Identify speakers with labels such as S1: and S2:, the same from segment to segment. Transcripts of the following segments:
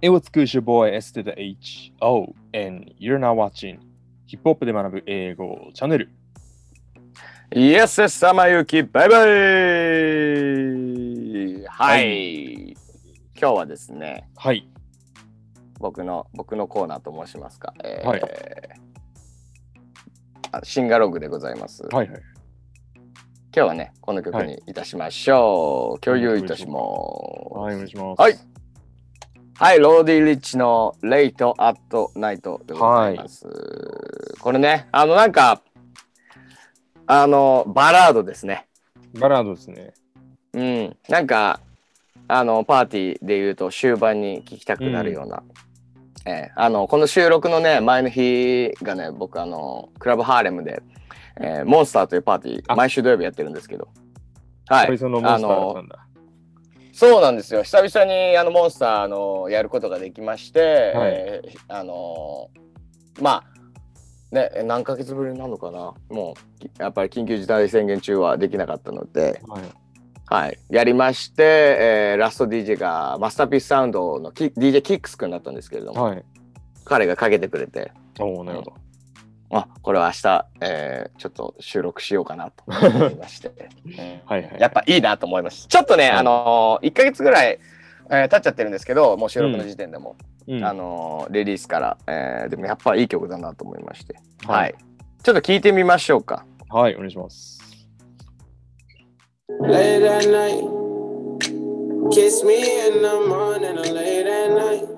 S1: Hey, what's good, your boy S to the H. Oh, and you're now watching ヒップホップで学ぶ英語チャンネル。
S2: イエスです、さまゆき、バイバイはい、今日はですね、
S1: はい。
S2: 僕の、僕のコーナーと申しますか。えー
S1: はい
S2: あシンガログでございます、
S1: はいはい。
S2: 今日はね、この曲にいたしましょう。共有いたします。
S1: はい、お願いします。
S2: はい。はい、ローディ・リッチの「レイト・アット・ナイト」でございます。これね、あのなんか、あの、バラードですね。
S1: バラードですね。
S2: うん、なんか、あの、パーティーで言うと終盤に聴きたくなるような。ええあの、この収録のね、前の日がね、僕、あの、クラブハーレムで、えーモンスターというパーティ
S1: あ
S2: ー、毎週土曜日やってるんですけど。は
S1: やっぱり
S2: い。
S1: そのモンスターだったんだ。
S2: そうなんですよ。久々に、あの、モンスターの、やることができまして、
S1: はい
S2: えーあのーまあ、ね、何ヶ月ぶりになるのかな。もう、やっぱり緊急事態宣言中はできなかったので、
S1: はい。
S2: はい、やりまして、えーラスト DJ がマスターピースサウンドのキ DJ キックス君だったんですけれども、
S1: はい。
S2: 彼がかけてくれて
S1: おお、なるほど。
S2: あこれは明日、えーちょっと収録しようかなと思い まして、うん
S1: はいはい。
S2: やっぱいいなと思いましたちょっとね、
S1: はい
S2: あのー、1ヶ月ぐらい、えー経っちゃってるんですけどもう収録の時点でも、
S1: うん、
S2: あのーリリースから、えーでもやっぱいい曲だなと思いまして、はい
S1: はい。
S2: ちょっと聞いてみましょうか。
S1: はい、お願いします。
S3: Late at night. Kiss me in the morning or late at night.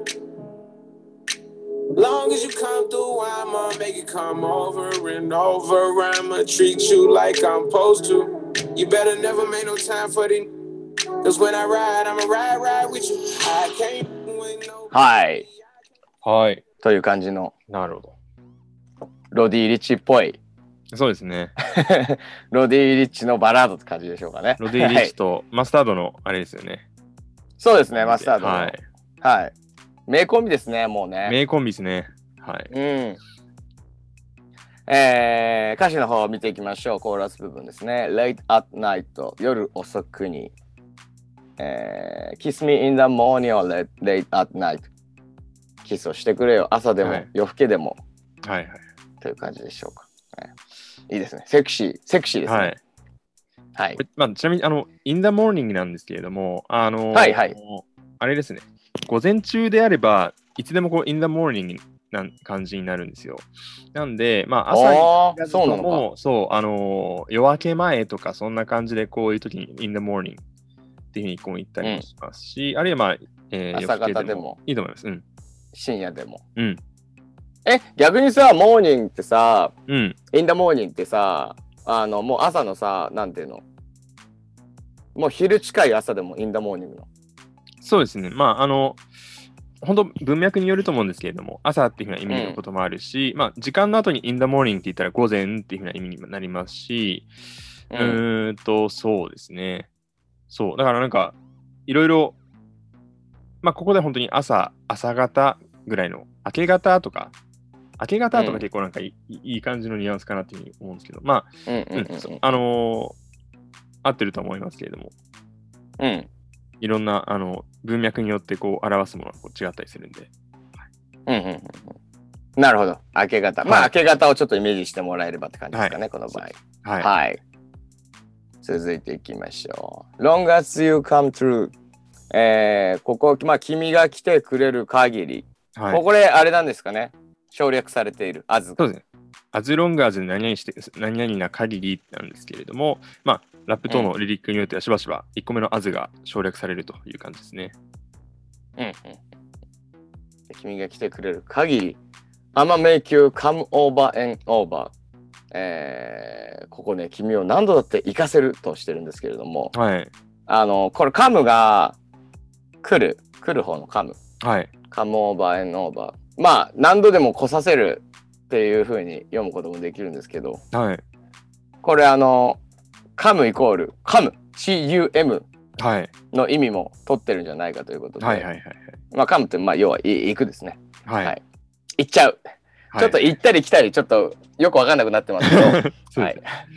S3: Long as you come through, I'ma make it come over and over. I'ma treat you like I'm supposed to. You better never make no time for the. Cause when I ride, I'ma ride, ride with you. I can't wait no.
S2: はい
S1: はい。
S2: という感じの
S1: なるほ
S2: ロディ・リッチっぽい
S1: ど。そうですね。
S2: ロディ・リッチのバラードって感じでしょうかね。
S1: ロディ・リッ
S2: はい
S1: チ、とマスタードのあれですよね。
S2: そうですね、マスタードの。
S1: は
S2: はいい。。名コンビですね、もうね。
S1: 名コンビですね。はい。
S2: うん。えー、歌詞の方を見ていきましょう。コーラス部分ですね。Late at night 夜遅くに。えー、Kiss me in the morning or late, late at night キスをしてくれよ。朝でも、
S1: はい
S2: 夜更けでも
S1: はいはい。
S2: という感じでしょうか。ねいいですね。セクシー、セクシーですね。
S1: はい。
S2: はい
S1: これまあ、ちなみに、あの、in the morning なんですけれども、あの、
S2: はいはい
S1: あれですね、午前中であれば、いつでもこう、in the morning な感じになるんですよ。なんで、まあ、朝に
S2: あ
S1: や
S2: ー
S1: る
S2: そうな
S1: と
S2: のか。
S1: もう、そう、あのー、夜明け前とか、そんな感じで、こういう時に、in the morning っていうふうにこう言ったりもしますし、あるいは、まあ、えー
S2: 朝方でも
S1: 夜更けいいと思います。うん。
S2: 深夜でも。
S1: うん。
S2: え、逆にさ、モーニングってさ、
S1: うん。
S2: インダモーニングってさ、あの、もう朝のさ、なんていうのもう昼近い朝でもインダモーニングの。
S1: そうですね。まあ、あの、本当文脈によると思うんですけれども、朝っていうふうな意味のこともあるし、まあ、時間の後に in the morning って言ったら午前っていうふうな意味にもなりますし、う
S2: うん
S1: ーんと、そうですね。そう、だからなんか、いろいろ、まあ、ここで本当に朝、朝方ぐらいの、明け方とか、明け方とか結構なんかいい,、いい感じのニュアンスかなっていうふうに思うんですけど、まあ、
S2: うん
S1: う
S2: うんん
S1: そうあのー合ってると思いますけれども。
S2: うん。うん。
S1: いろんなあの文脈によってこう表すものがこう違ったりするんで。
S2: うんうんうんうん。なるほど。明け方。まあ、
S1: はい
S2: 明け方をちょっとイメージしてもらえればって感じですかね、この場合。
S1: はい。
S2: はい。続いていきましょう。Long as you come through。えー、ここ、まあ、君が来てくれる限り。
S1: はい
S2: もうこれ、あれなんですかね。省略されている。あず
S1: そうですね。アズロンガーズ何々して、何々な限りなんですけれども、まあ、ラップ等のリリックによってはしばしば1個目のアズが省略されるという感じですね。
S2: うんうん君が来てくれる限り、I'm a make you come over and over、えーここね、君を何度だって行かせるとしてるんですけれども、
S1: はい。
S2: あの、これ、カムが来る、来る方のカム、
S1: はい。
S2: come over and over。まあ、何度でも来させるっていう風に読むこともできるんですけど、
S1: はい。
S2: これ、あの、カムイコール、カム、CUM
S1: はい。
S2: の意味も取ってるんじゃないかということで、
S1: はい。はい。はい。
S2: まあ、カムって、まあ、要は、い行くですね。
S1: はい。
S2: はい行っちゃう。
S1: はい
S2: ちょっと行ったり来たり、ちょっとよくわかんなくなってますけど、
S1: そう
S2: は
S1: です
S2: い
S1: ね。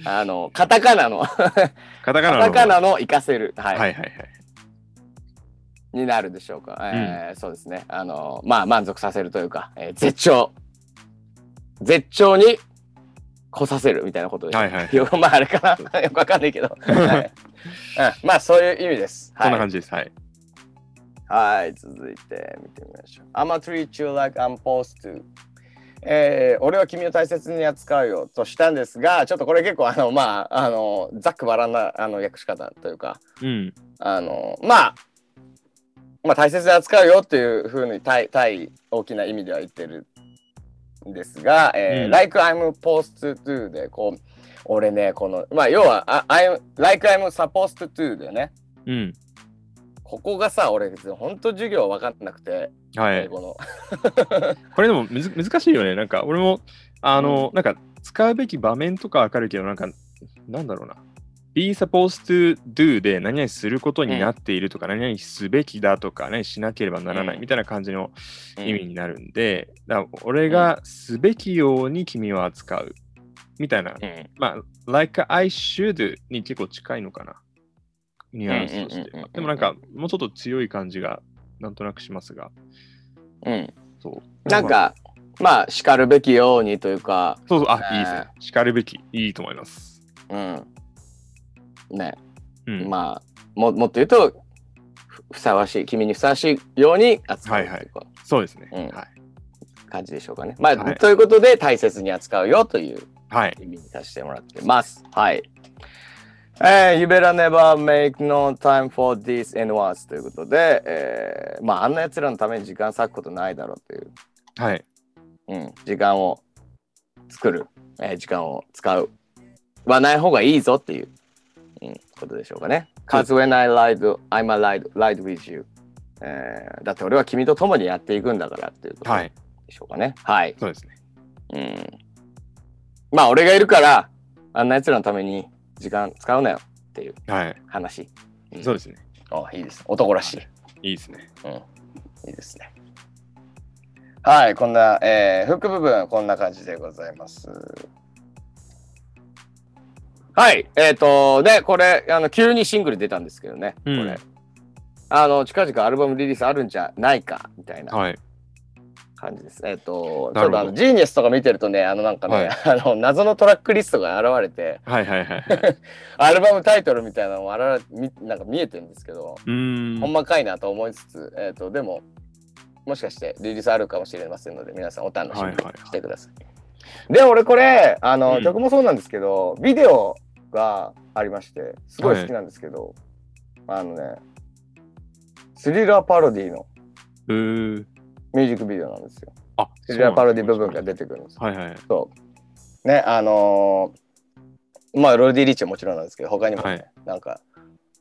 S2: あの、カタカナの、カ
S1: カタカナの。
S2: タカナの行かせる、はい。
S1: はい。はい。はい。
S2: になるでしょうか、えーそうですねあのまあ満足させるというか、えー絶頂絶頂に来させるみたいなことです、
S1: はいはい
S2: よくまああれかな よくわかんないけ ど、はいうんまあそういう意味です
S1: そんな
S2: はい
S1: 感じです。はい。
S2: はい、続いて見てみましょう。I'm a treat you like I'm supposed to. えー、俺は君を大切に扱うよとしたんですが、ちょっとこれ結構あの、まあ、あの、ざっくばらんなあの訳し方というか、
S1: うん。
S2: あの、まあ、まあ、大切に扱うよというふうに大大大きな意味では言ってるんですが、えー
S1: うん
S2: like I'm supposed to do で、こう、俺ね、この、まあ、要は、あ I'm, like I'm supposed to でね、
S1: うん。
S2: ここがさ、俺、本当授業分かんなくて、
S1: は
S2: 英
S1: い。
S2: 語の。
S1: これでもむず難しいよね。なんか俺も、あの、なんか使うべき場面とかわかるけど、なんか、なんだろうな。be supposed to do で何々することになっているとか、何々すべきだとか、何々しなければならな
S2: う
S1: い
S2: ん
S1: みたいな感じの意味になるんで、だから俺がすべきように君を扱うみたいな、
S2: うん
S1: まあ、like I should に結構近いのかな。ニュアンスとし
S2: うんうんうんうんうん
S1: て。でもなんか、もうちょっと強い感じがなんとなくしますが、
S2: うん
S1: そう。
S2: なんか、まあ、しかるべきようにというか、
S1: そうそう、あ、
S2: えー
S1: いいですね。叱るべき、いいと思います。
S2: うん。ね、
S1: うん。
S2: まあ、ももっと言うと、ふふさわしい、君にふさわしいように扱う
S1: はいはい
S2: というか
S1: そうですね。
S2: うん
S1: はい。
S2: 感じでしょうかね。まあ、
S1: はい
S2: ということで、大切に扱うよという
S1: はい。
S2: 意味にさせてもらってます。はい。えー、You better never make no time for this and once ということで、えーまあ、あんな奴らのために時間割くことないだろうという
S1: はい。
S2: うん、時間を作る、えー時間を使うはない方がいいぞっていう、うん、ことでしょうかね。Cause when I ride, I'm a ride, ride with you、えーだって俺は君と共にやっていくんだからっていうこと
S1: は
S2: で
S1: い。
S2: しょうかね。はい。
S1: そうですね。
S2: うん、まあ俺がいるからあんな奴らのために時間使うなよっていう
S1: はい。
S2: 話。ん
S1: そうですね。
S2: あいいです。男らしい。
S1: いいですね。
S2: いいですね。はい、こんな、えー、フック部分、こんな感じでございます。はい、えっ、と、で、これ、あの、急にシングル出たんですけどね、
S1: うん
S2: これ。あの、近々アルバムリリースあるんじゃないか、みたいな
S1: はい。
S2: 感じです。えっ、と、ち
S1: なる
S2: ょっ
S1: ほど
S2: とあの、ジーニアスとか見てるとね、あの、なんかね、
S1: はい
S2: あの、謎のトラックリストが現れて、
S1: はいはいはいはい。
S2: アルバムタイトルみたいなのも現れ、みなんか見えてるんですけど、
S1: うーん。
S2: ほんまかいなと思いつつ、えっ、と、でも、もしかしてリリースあるかもしれませんので、皆さんお楽しみ
S1: はい
S2: に
S1: はいはい
S2: してください。で、俺これ、あの、
S1: うん
S2: 曲もそうなんですけど、ビデオがありまして、すごい好きなんですけど、あのね、スリラーパロディの
S1: うー。
S2: ミュージックビデオなんですよ。
S1: あ、
S2: スリラーパロディ部
S1: そうな
S2: 分
S1: んで
S2: が
S1: すね。
S2: 出てくるんですよ。
S1: はいはい。
S2: そう。ね、あのーまあ、ロディ・リーチはもちろんなんですけど、他にもね、
S1: はい
S2: なんか、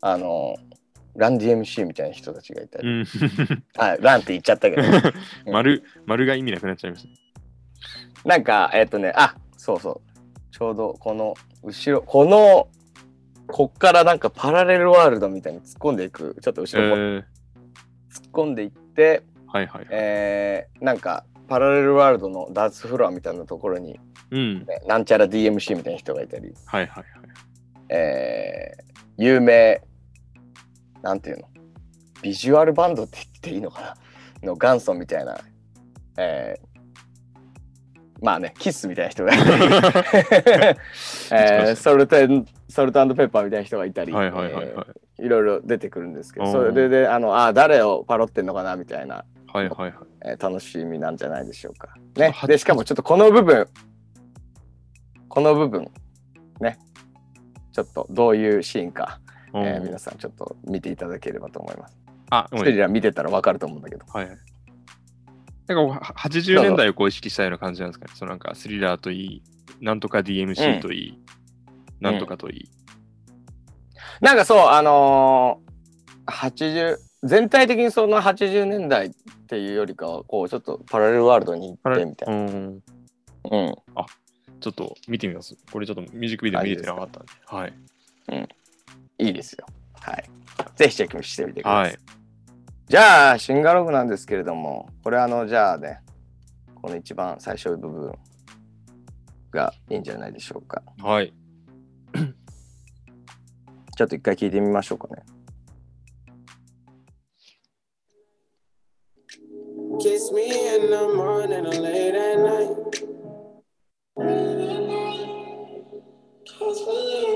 S2: あのーランディ MC みたいな人たちがいたり、
S1: うん。
S2: はい、ランって言っち ゃったけど、
S1: 丸、丸が意味なくなっちゃいました。
S2: なんか、えっ、とね、あそうそう。ちょうどこの後ろ、この、こっからなんかパラレルワールドみたいに突っ込んでいく、ちょっと
S1: え
S2: 後ろの方に
S1: ー。
S2: 突っ込んでいって、
S1: はいはいはい。
S2: えーなんかパラレルワールドのダンスフロアみたいなところに、
S1: うん。
S2: ね、なんちゃら DMC みたいな人がいたり、
S1: はいはいはい。
S2: えー有名、なんていうの、ビジュアルバンドって言っていいのかなの元祖みたいな、えーまあね、キスみたいな人 がいたり、えーソルトンソルトペッパーみたいな人がいたり、
S1: はいはいはいはい。
S2: えーいろいろ出てくるんですけど、
S1: うん
S2: それで、あのあー誰をパロってんのかなみたいな、
S1: はいはいはい。
S2: えー楽しみなんじゃないでしょうか。ね
S1: は、
S2: でしかもちょっとこの部分、この部分、ね、ちょっとどういうシーンか、
S1: う
S2: えー
S1: ん
S2: 皆さんちょっと見ていただければと思います。
S1: あ、ご
S2: 一
S1: めん
S2: 人ら見てたらわかると思うんだけど。
S1: はいはい。なんかは80年代をこう意識したような感じなんですかね。そのなんかスリラーといい、なんとか
S2: うん
S1: DMC といい、なんとかといい。
S2: なんかそう、あのー、80全体的にその80年代っていうよりかはこうちょっとパラレルワールドに行ってみたいな、
S1: うん
S2: うん、
S1: ちょっと見てみます。これちょっとミュージックビデオ見れてなかったんで。はい。
S2: いいですよ。はい。ぜひチェックしてみてください。
S1: はい。
S2: じゃあ、シンガログなんですけれども、これあの、じゃあね、この一番最初の部分がいいんじゃないでしょうか。
S1: はい。
S2: ちょっと一回聞いてみましょうかね。
S3: Kiss me in the morning or late at night.
S4: Catch me in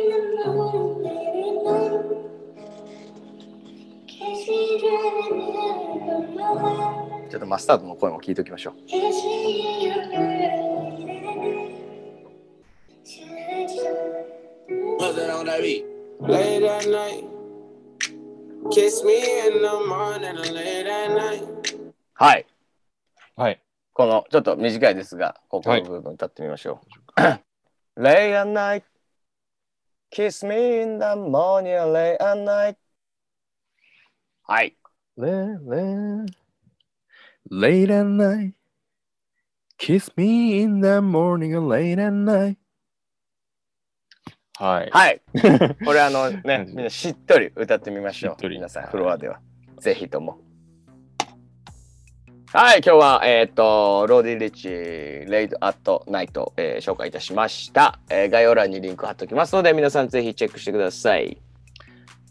S4: the morning, late at night. Catch me driving out of my life.
S2: ちょっとマスタードの声も聞いておきましょう。
S4: Catch me in your early night. Should
S5: Put it on that beat.
S3: late at night. Kiss me in the morning or late at night.
S2: はい。
S1: はい。
S2: この、ちょっと短いですが、ここ
S1: は
S2: の
S1: い
S2: 部分歌ってみましょう。Lay at night, kiss me in the morning, lay at night. はい。
S1: Late, late, late at night. Kiss me in the morning or late at night. はい。
S2: はい。これあのね
S1: 感、じ
S2: みんなしっとり歌ってみましょ
S1: しっ
S2: う。
S1: とり
S2: 皆さん、
S1: はい
S2: フロアでは。ぜひとも。はい、今日は、えっ、と、ローディ・リッチ、レイド・アット・ナイト、えー紹介いたしました、えー概要欄にリンク貼っておきますので、皆さんぜひチェックしてください。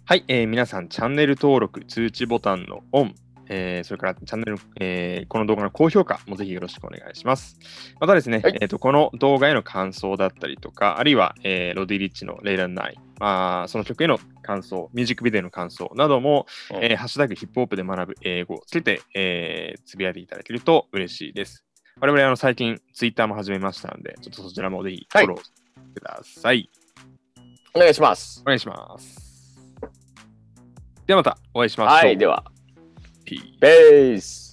S1: はい、えー皆さん、チャンネル登録、通知ボタンのオン、えーそれからチャンネル、えーこの動画の高評価もぜひよろしくお願いします。またですね、
S2: はい
S1: えー、とこの動画への感想だったりとか、あるいは、えーロディ・リッチのレイランナイ、まあ、その曲への感想、ミュージックビデオの感想なども、
S2: うん
S1: えーハッシュタグヒップホップで学ぶ英語をつけて、えーつぶやいていただけると嬉しいです。我々あの最近、ツイッターも始めましたので、ちょっとそちらもぜひフォローしてください
S2: お願いします。
S1: お願いします。ではまたお会いしましょう。
S2: はい、では、
S1: Peace.
S2: ベース